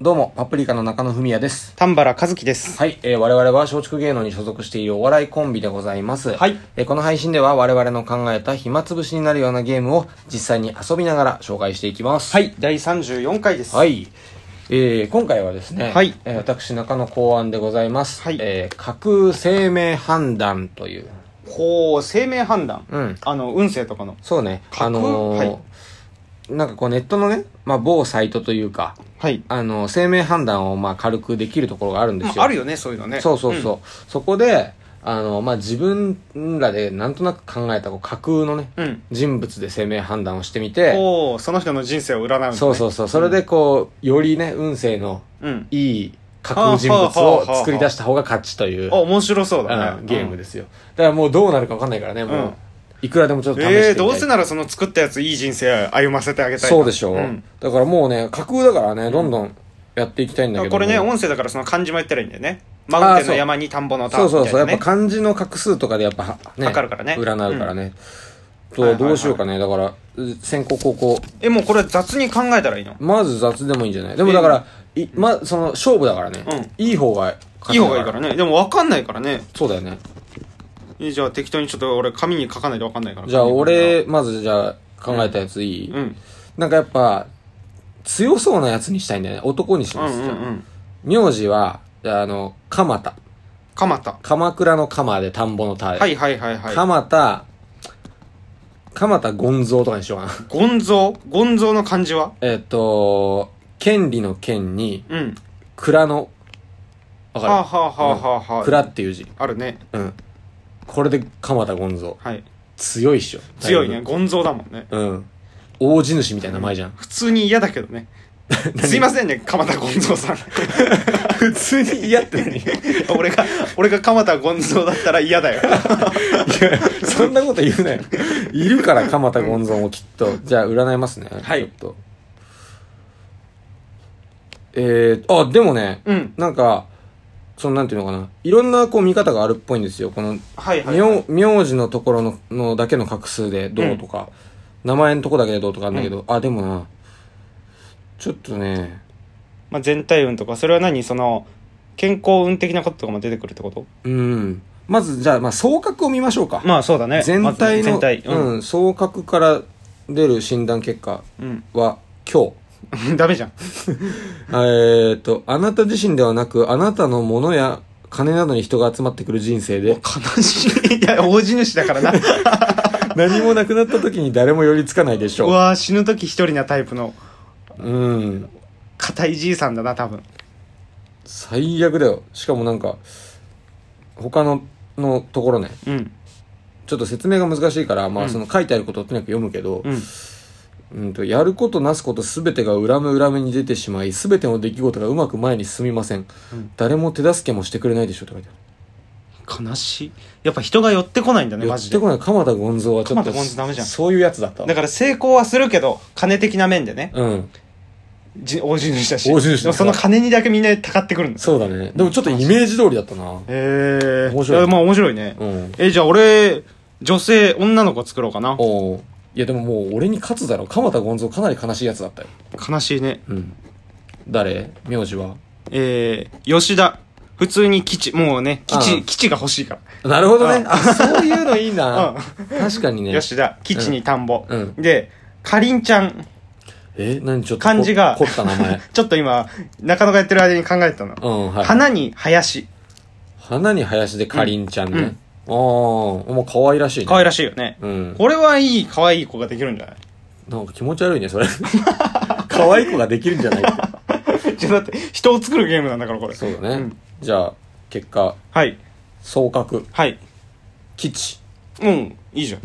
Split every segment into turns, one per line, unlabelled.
どうも、パプリカの中野文也です。
丹原和樹です。
はい、えー我々は松竹芸能に所属しているお笑いコンビでございます。
はい
えーこの配信では我々の考えた暇つぶしになるようなゲームを実際に遊びながら紹介していきます。
はい、第34回です。。
はいい。えー今回はですね、
はい
えー私、中野考案でございます。
はい
えー架空生命判断という。
こう、生命判断。
うん
あの、運勢とかの。
そうね、
架空
あのー
はい
なんかこうネットのね、まあ某サイトというか、
はい。
あの、生命判断をまあ軽くできるところがあるんですよ。
あるよね、そういうのね。
そうそうそう。そこで、あの、まあ、自分らでなんとなく考えたこう架空のね、
うん。うん。
人物で生命判断をしてみて、
こう、その人の人生を占うのね。
そうそうそう。それでこう、よりね、運勢の
うん。
いい架空人物を作り出した方が勝ちという、
あ、面白そうだ
う
ね。
んゲーム
で。
ですよ。だからもうどうなるかわかんないからね、もう、
うん
いくらでもちょっと試してみたい。
えー、どうせならその作ったやついい人生歩ませてあげたいな。
そうでしょう、
ん
だからもうね、架空だからね、どんどんやっていきたいんだけども。
これね、音声だからその漢字も言ったらいいんだよね。マウンテンの山に田んぼの田
そうそうそう、やっ
みたいなね
ぱ漢字の画数とかでやっぱ、ね、
測るからね
占うからね。
はいは
と、
いはい
どうしようかね。だから、う先行後攻。
え、もうこれ雑に考えたらいいの
まず雑でもいいんじゃないでもだから、いま、その、勝負だからね。いい方が勝
い
ち
い
だ
方がいいからね。でも分かんないからね。
そうだよね。
えじゃあ適当にちょっと俺紙に書かないと分かんないから。
じゃあ、
紙に書くから
俺、まずじゃあ、考えたやついい、
うん。
なんかやっぱ、強そうなやつにしたいんだよね。男にし
うん
ま
う
す。
んう
じゃあ
ん。
名字は、じゃあ、あの、蒲田。
蒲田。
鎌倉の鎌で田んぼの田で。
はいはいはいはい。
蒲田、蒲田ゴンゾーとかにしようかな。
ゴンゾウゴンゾウの漢字は
えっ、と、権利の権に、
うん。
蔵の、わ
はあ、
か
はあはあはあは
る
あ、
蔵っていう字。
あるね。
うん。これで鎌田ゴンゾ
はい。
強いっしょ。
強い
だ
ね。
ぶ。
ゴンゾウだもんね。
うん。大地主みたいな名前じゃん。
普通に嫌だけど ね。すいませんね、鎌田ゴンゾウ さん。
普通に嫌って何
俺が、俺が鎌田ゴンゾウだったら嫌 だよ。
そんなこと言うなよ。 いるから鎌田ゴンゾもきっと。じゃあ、占いますね。
はい
ちょっと。えー、あ、でもね、
うん。
なんか、その、なんていうのかな。いろんな、こう、見方があるっぽいんですよ。この、
はいはい、はい
名。名字のところののだけの画数でどうとか、名前のとこだけでどうとかあるんだけど、あでもなちょっとね
まあ、全体運とか、それは何その、健康運的なこととかも出てくるってこと
うんまずじゃあ,、まあ総画を見ましょうか、
まあそうだね。
全
まず
体の、
全体。う
うん
ん。
総画から出る診断結果
うん。
は今日
ダメじゃん。
えーっとあなた自身ではなくあなたのものや金などに人が集まってくる人生で
悲しい。いや、大地主だ からな。
何もなくなった時に誰も寄りつかないでし
う
ょ
わー死ぬ時一人なタイプの、
ううん
硬いじいさんだな、多分。
最悪だよしかもなんか他ののところね
うん。
ちょっと説明が難しいから、ま
う
あ、
ん
その書いてあることをとにかく読むけど、
うん。
うん、とやることなすこと全てが裏目裏目に出てしまい全ての出来事がうまく前に進みません、
うん
誰も手助けもしてくれないでしょと書いてある
悲しいやっぱ人が寄ってこないんだね
寄
マ
っ
ジ
て
で
こない鎌田ゴンゾーはちょっと
鎌田ゴンゾーダメじゃん
そういうやつだったわ
だから成功はするけど金的な面でね
うん
じ大地主だし
大地主だ
でもその金にだけみんなたかってくるんです
そうだねでもちょっとイメージ通りだったな
へえ
面白い
やまあ面白いね、
うん
えじゃあ俺女性女の子作ろうかな
おういやでももう俺に勝つだろ鎌田ゴンゾーかなり悲しいやつだったよ
悲しいね
うん誰名字は
えー、吉田普通に基地もうね基
う
地
ん
基地が欲しいか
なるほどねあそういうのいい
ら、う
なん確かにね
吉田基地に田んぼ、
うん
でかりんちゃん
え何ちょっとこ
漢字が
凝った名 前
ちょっと今中野がやってる間に考えてたの、
うんはい
花に林
花に林でかりんちゃんね。ああ、もう可愛らしいね。
可愛らしいよね、
うん。
これはいい可愛い子ができるんじゃない
なんか気持ち悪いね、それ。 可愛い子ができるんじゃないか。
じゃだって人を作るゲームなんだからこれ
そうだね。
ん
じゃあ、結果、
はい
総格、
はい
吉。
うんいいじゃん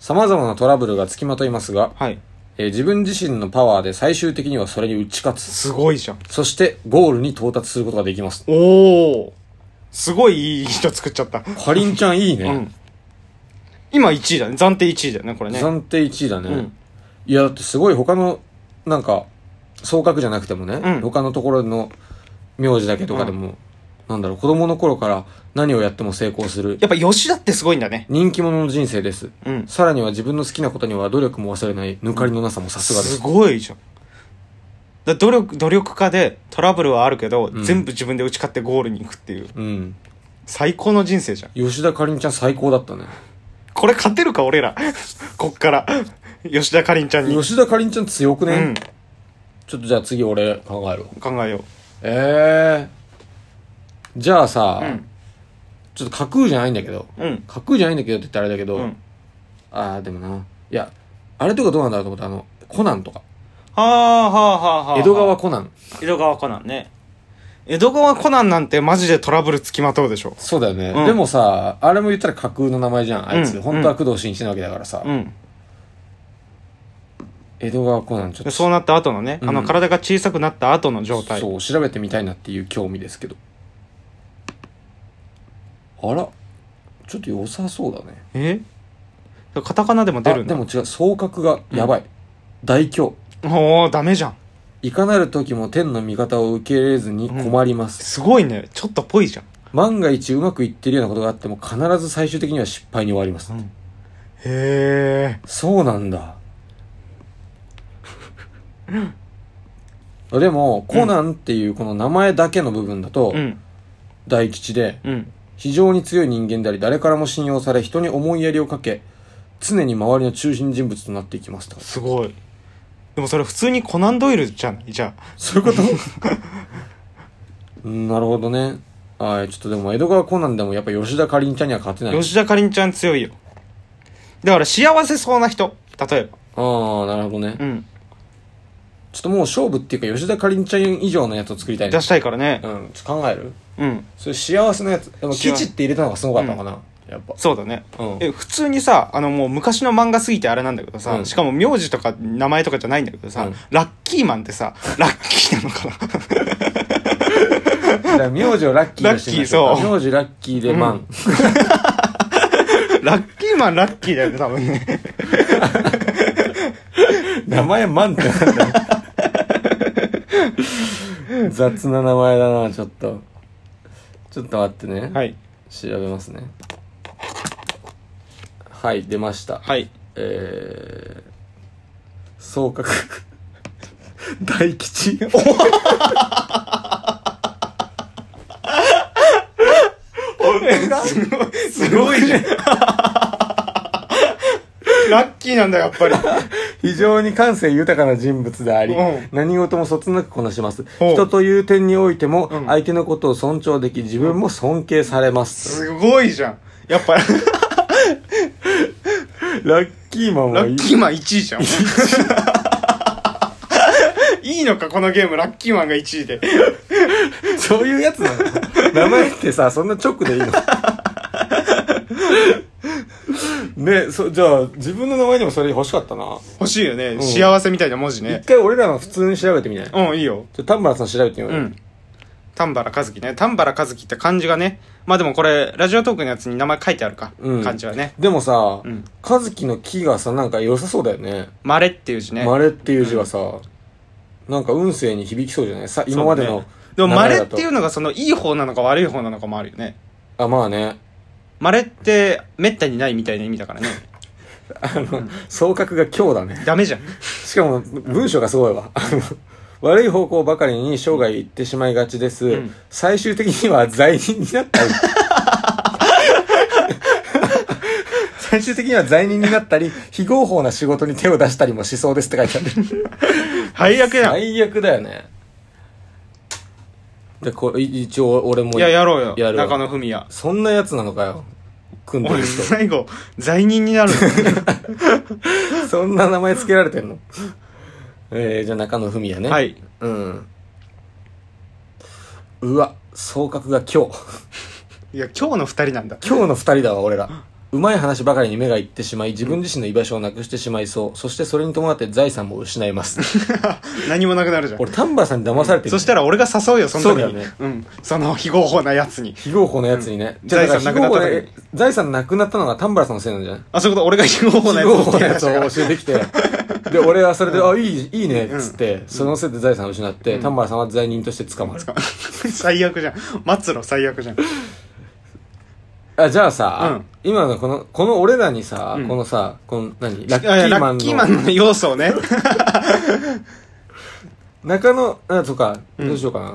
様々なトラブルがつきまといますが、
はい
えー自分自身のパワーで最終的にはそれに打ち勝つ。
すごいじゃん
そして、ゴールに到達することができ ます。
おおすごいいい人作っちゃった、
かりんちゃんいいうね。
ん今1位だね暫定1位だよねこれね
暫定1位だね。
うん
いや、だってすごい他の、なんか、総格じゃなくてもね、
うん
他のところの名字だけとかでも、なんだろう、子供の頃から何をやっても成功する
やっぱ吉田ってすごいんだね
人気者の人生です。
うん
さらには自分の好きなことには努力も忘れない、抜かりのなさもさすがです
す。ごいじゃんだ努力、努力家でトラブルはあるけど、全部自分で打ち勝ってゴールに行くっていう、
うん。
最高の人生じゃん。
吉田かりんちゃん最高だったね。
これ勝てるか、俺ら。 こっから。吉田かりんちゃんに。
吉田かりんちゃん強くね、
うん。
ちょっとじゃあ次俺考えるわ。
考えよう。
ええー。じゃあさ、
うん
ちょっと架空じゃないんだけど、
うん。
架空じゃないんだけどって言ったらあれだけど、
うん。
ああ、でもな。いや、あれとかどうなんだろうと思った。あの、コナンとか。
はあはあはあはあ。
江戸川。コナン。
江戸川コナンね。江戸川コナンなんてマジでトラブルつきまとうでしょ。
そうだよね、
うん
でもさ、あれも言ったら架空の名前じゃん、あいつ。
うん
本当は工藤新一なわけだからさ。
うん。
江戸川コナンちょっ
で
と。
そうなった後のね、あの体が小さくなった後の状態。
そう、調べてみたいなっていう興味ですけど。あら、ちょっと良さそうだね。
えカタカナでも出る
あ
ん
で
だ。
も違う、双角がやばい。大凶。
おー、ダメじゃん。
いかなる時も天の味方を受け入れずに困ります。
すごいね。ちょっとぽいじゃん。
万が一うまくいってるようなことがあっても必ず最終的には失敗に終わります。
うんへえ。
そうなんだ。でも、コナンっていうこの名前だけの部分だと
う、ん。
大吉で、
うん。
非常に強い人間であり、誰からも信用され、人に思いやりをかけ、常に周りの中心人物となっていきますと。
すごい。でもそれ普通にコナンドイルじゃないじゃあ。
そういうこと なるほどね。はい、ちょっとでも、江戸川コナンでもやっぱ吉田かりんちゃんには勝てない。
吉田かりんちゃん強いよ。だから幸せそうな人。例えば。
ああ、なるほどね。
うん。
ちょっともう勝負っていうか、吉田かりんちゃん以上のやつを作りたいね
出したいからね。
うん、ちょっと考える
うん。
それ幸せなやつでも
幸せ
ケチって入れたのがすごかったのかな、やっぱ
そうだね。
うん
え、普通にさ、あのもう昔の漫画すぎてあれなんだけどさ、
うん
しかも名字とか名前とかじゃないんだけどさ、
うん
ラッキーマンってさ、ラッキーなの かな
だから名字をラッキーにしてみましょ
ラッキーそう
名字ラッキーでマン、
ラッキーマンラッキーだよね、多分ね。
名前マンってなんだよ雑な名前だなちょっとちょっと待ってね、
はい。
調べますねはい出ました
はい。
えー、総格 大吉
すごい、すごいじ ゃん。ラッキーなんだよ、やっぱり。
非常に感性豊かな人物であり、
うん
何事もそつなくこなします。
ほう
人という点においても
ん、
相手のことを尊重でき、自分も尊敬されます。
すごいじゃん。やっぱ、
ラッキーマン
ラ
はい
ッ
い。
キーマン1位じゃん。いいのか、このゲーム、ラッキーマンが1位で。
そういうやつ なの名前ってさ、そんな直でいいのねそ、じゃあ、自分の名前にもそれ欲しかったな。
欲しいよね。幸せみたいな文字ね
一。回俺らの普通に調べてみないちょ
うん、いいよ。
っと田村さん調べてみよう
う
よ、
ん。丹原和樹ね。丹原和樹って漢字がね。まあでもこれ、ラジオトークのやつに名前書いてあるか。
うん
漢字はね。
でもさ、
うん
和樹の木がさ、なんか良さそうだよね。
まれっていう字ね。
まれっていう字はさ、なんか運勢に響きそうじゃないさ、今までの、
そうねでも、まれっていう
う。
のがその、いい方なのか悪い方なのかもあるよね。
あ、まあね。
まれって、めったにないみたいな意味だからね。
あの、総格が強だね。
ダメじ ゃん。
しかも、文章がすごいわ。 あの悪い方向ばかりに生涯行ってしまいがちです。
ん
最終的には罪人になった り。最終的には罪人になったり、非合法な仕事に手を出したりもしそうですって書いてある。
最悪やん。い
最悪だよね。で、これ、い一応俺も
や、やろうよ。
やるわ
中野文也。
そんなやつなのかよ。組んで
俺、
る人。
最後、罪人になる
そんな名前つけられてんのえー、じゃあ中野文也ね。
の。は。い。
うん。うわ、総格が今日。
いや、今日の二人なんだ。
今日の二人だわ、俺ら。うまい話ばかりに目がいってしまい、自分自身の居場所をなくしてしまいそう。そしてそれに伴って財産も失い ます。
何もなくなるじゃん。
俺、丹波さんに騙されてる。
そしたら俺が誘うよ、その時に。
そうだよね
うん。その、非合法なやつに。
非合法のやつにね。
ん
じゃあだ
財
から
産なくなった時に
非合法で財産なくなったのが丹原さんのせいなんじゃない
あ、そういうこと、俺が非合法な
非
やつ
合法のやつ
を
を教えてきて。で、俺はそれで、あ、いい、いいね、っつって、そのせいで財産を失って、丹原さんは罪人として捕まる。
最悪じゃん。末路最悪じゃん。
あ、じゃあさ、今のこの、この俺らにさ、このさ、この何、ラッキ
いやいや
ー
ラ
マ
ッ
ン
キーマ
の、
ンの要素をね。
中野、あ、そうか、どうしようかな。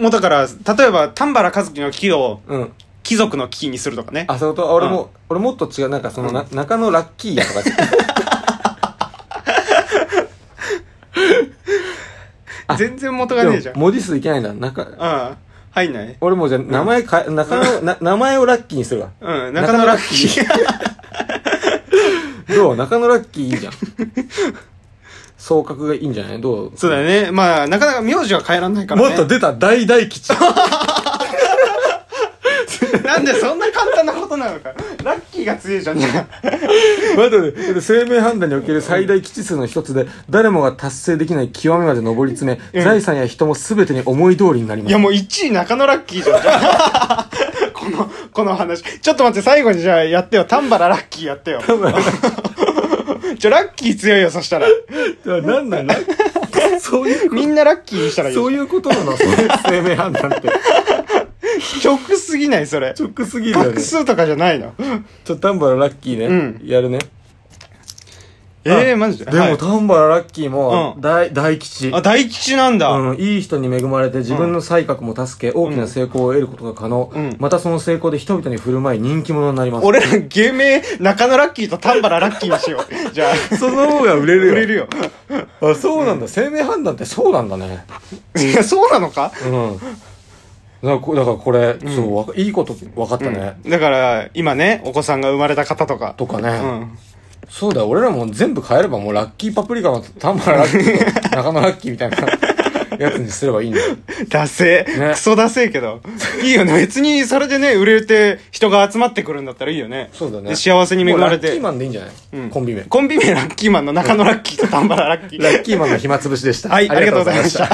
もうだから、例えば、丹原和樹の木を、
うん。
貴族の木にするとかね。
あ、そういうことあ俺も、俺もっと違う、なんかその、な中野ラッキーやと か、
全然元がねえじ
で
ゃん。
も
うん。
文字数いけないんだ。中、
入んない
俺もうじゃあ名前か、中野、な名前をラッキーにするわ。
うん、中野ラッキー。
どう中野ラッキーいいじゃん。 総格がいいんじゃないどう
そうだよね。まあ、なかなか名字は変えらんないからね。
もっと出た大大吉。
なんでそんな簡単なことなのか。ラッキーが強いじゃん。
まだね、生命判断における最大吉数の一つで、誰もが達成できない極みまで上り詰め、財産や人も全てに思い通りになりま
い
す
や。もう1位中野ラッキーじゃん。 この、この話。ちょっと待って、最後にじゃあやってよ。丹原ラッキーやってよ。ちょ、ラッキー強いよ、そしたら。
なんなんだそういう、
みんなラッキーにしたらいい。
そういうことなの、その生命判断って。
直すぎない、それ。
直すぎるよ
画
ね。ち
数とかじゃないの。
ょ、タンバララッキーね。
うん
やるね。
ええマジで。
でも、
はい
タンバララッキーも
うん
大、大吉。
あ、大吉なんだ。
うん、いい人に恵まれて自分の才覚も助け、大きな成功を得ることが可能、
うん
またその成功で人々に振る舞い人気者になります
俺ら、芸名、中野ラッキーと丹原ラッキーにしよう。じゃあ、
その方が売れるよ
売 れるよ。
あそうなんだ、生命判断ってそうなんだね
いや、そうなのか
うんだからこだからこれ、そうわいいこと分かったね、
だから、今ね、お子さんが生まれた方とか。
とかね、
うん。
そうだよ俺らも全部変えればもうラッキーパプリカのタンバララッキー と中野ラッキーみたいなやつにすればいいんだよ
ダセえ、
ね
クソダセえけど。いいよね。別にそれでね、売れて人が集まってくるんだったらいいよね。
そうだね
で幸せに恵
もう
まれ
ラッキ
て
ー。マンでいいんじゃない、
うん
コンビ名
コンビ名ラッキーマンの中野ラッキーと丹原ラッキー。
ラッキーマンの暇つぶしでした
はい、ありがとうございました。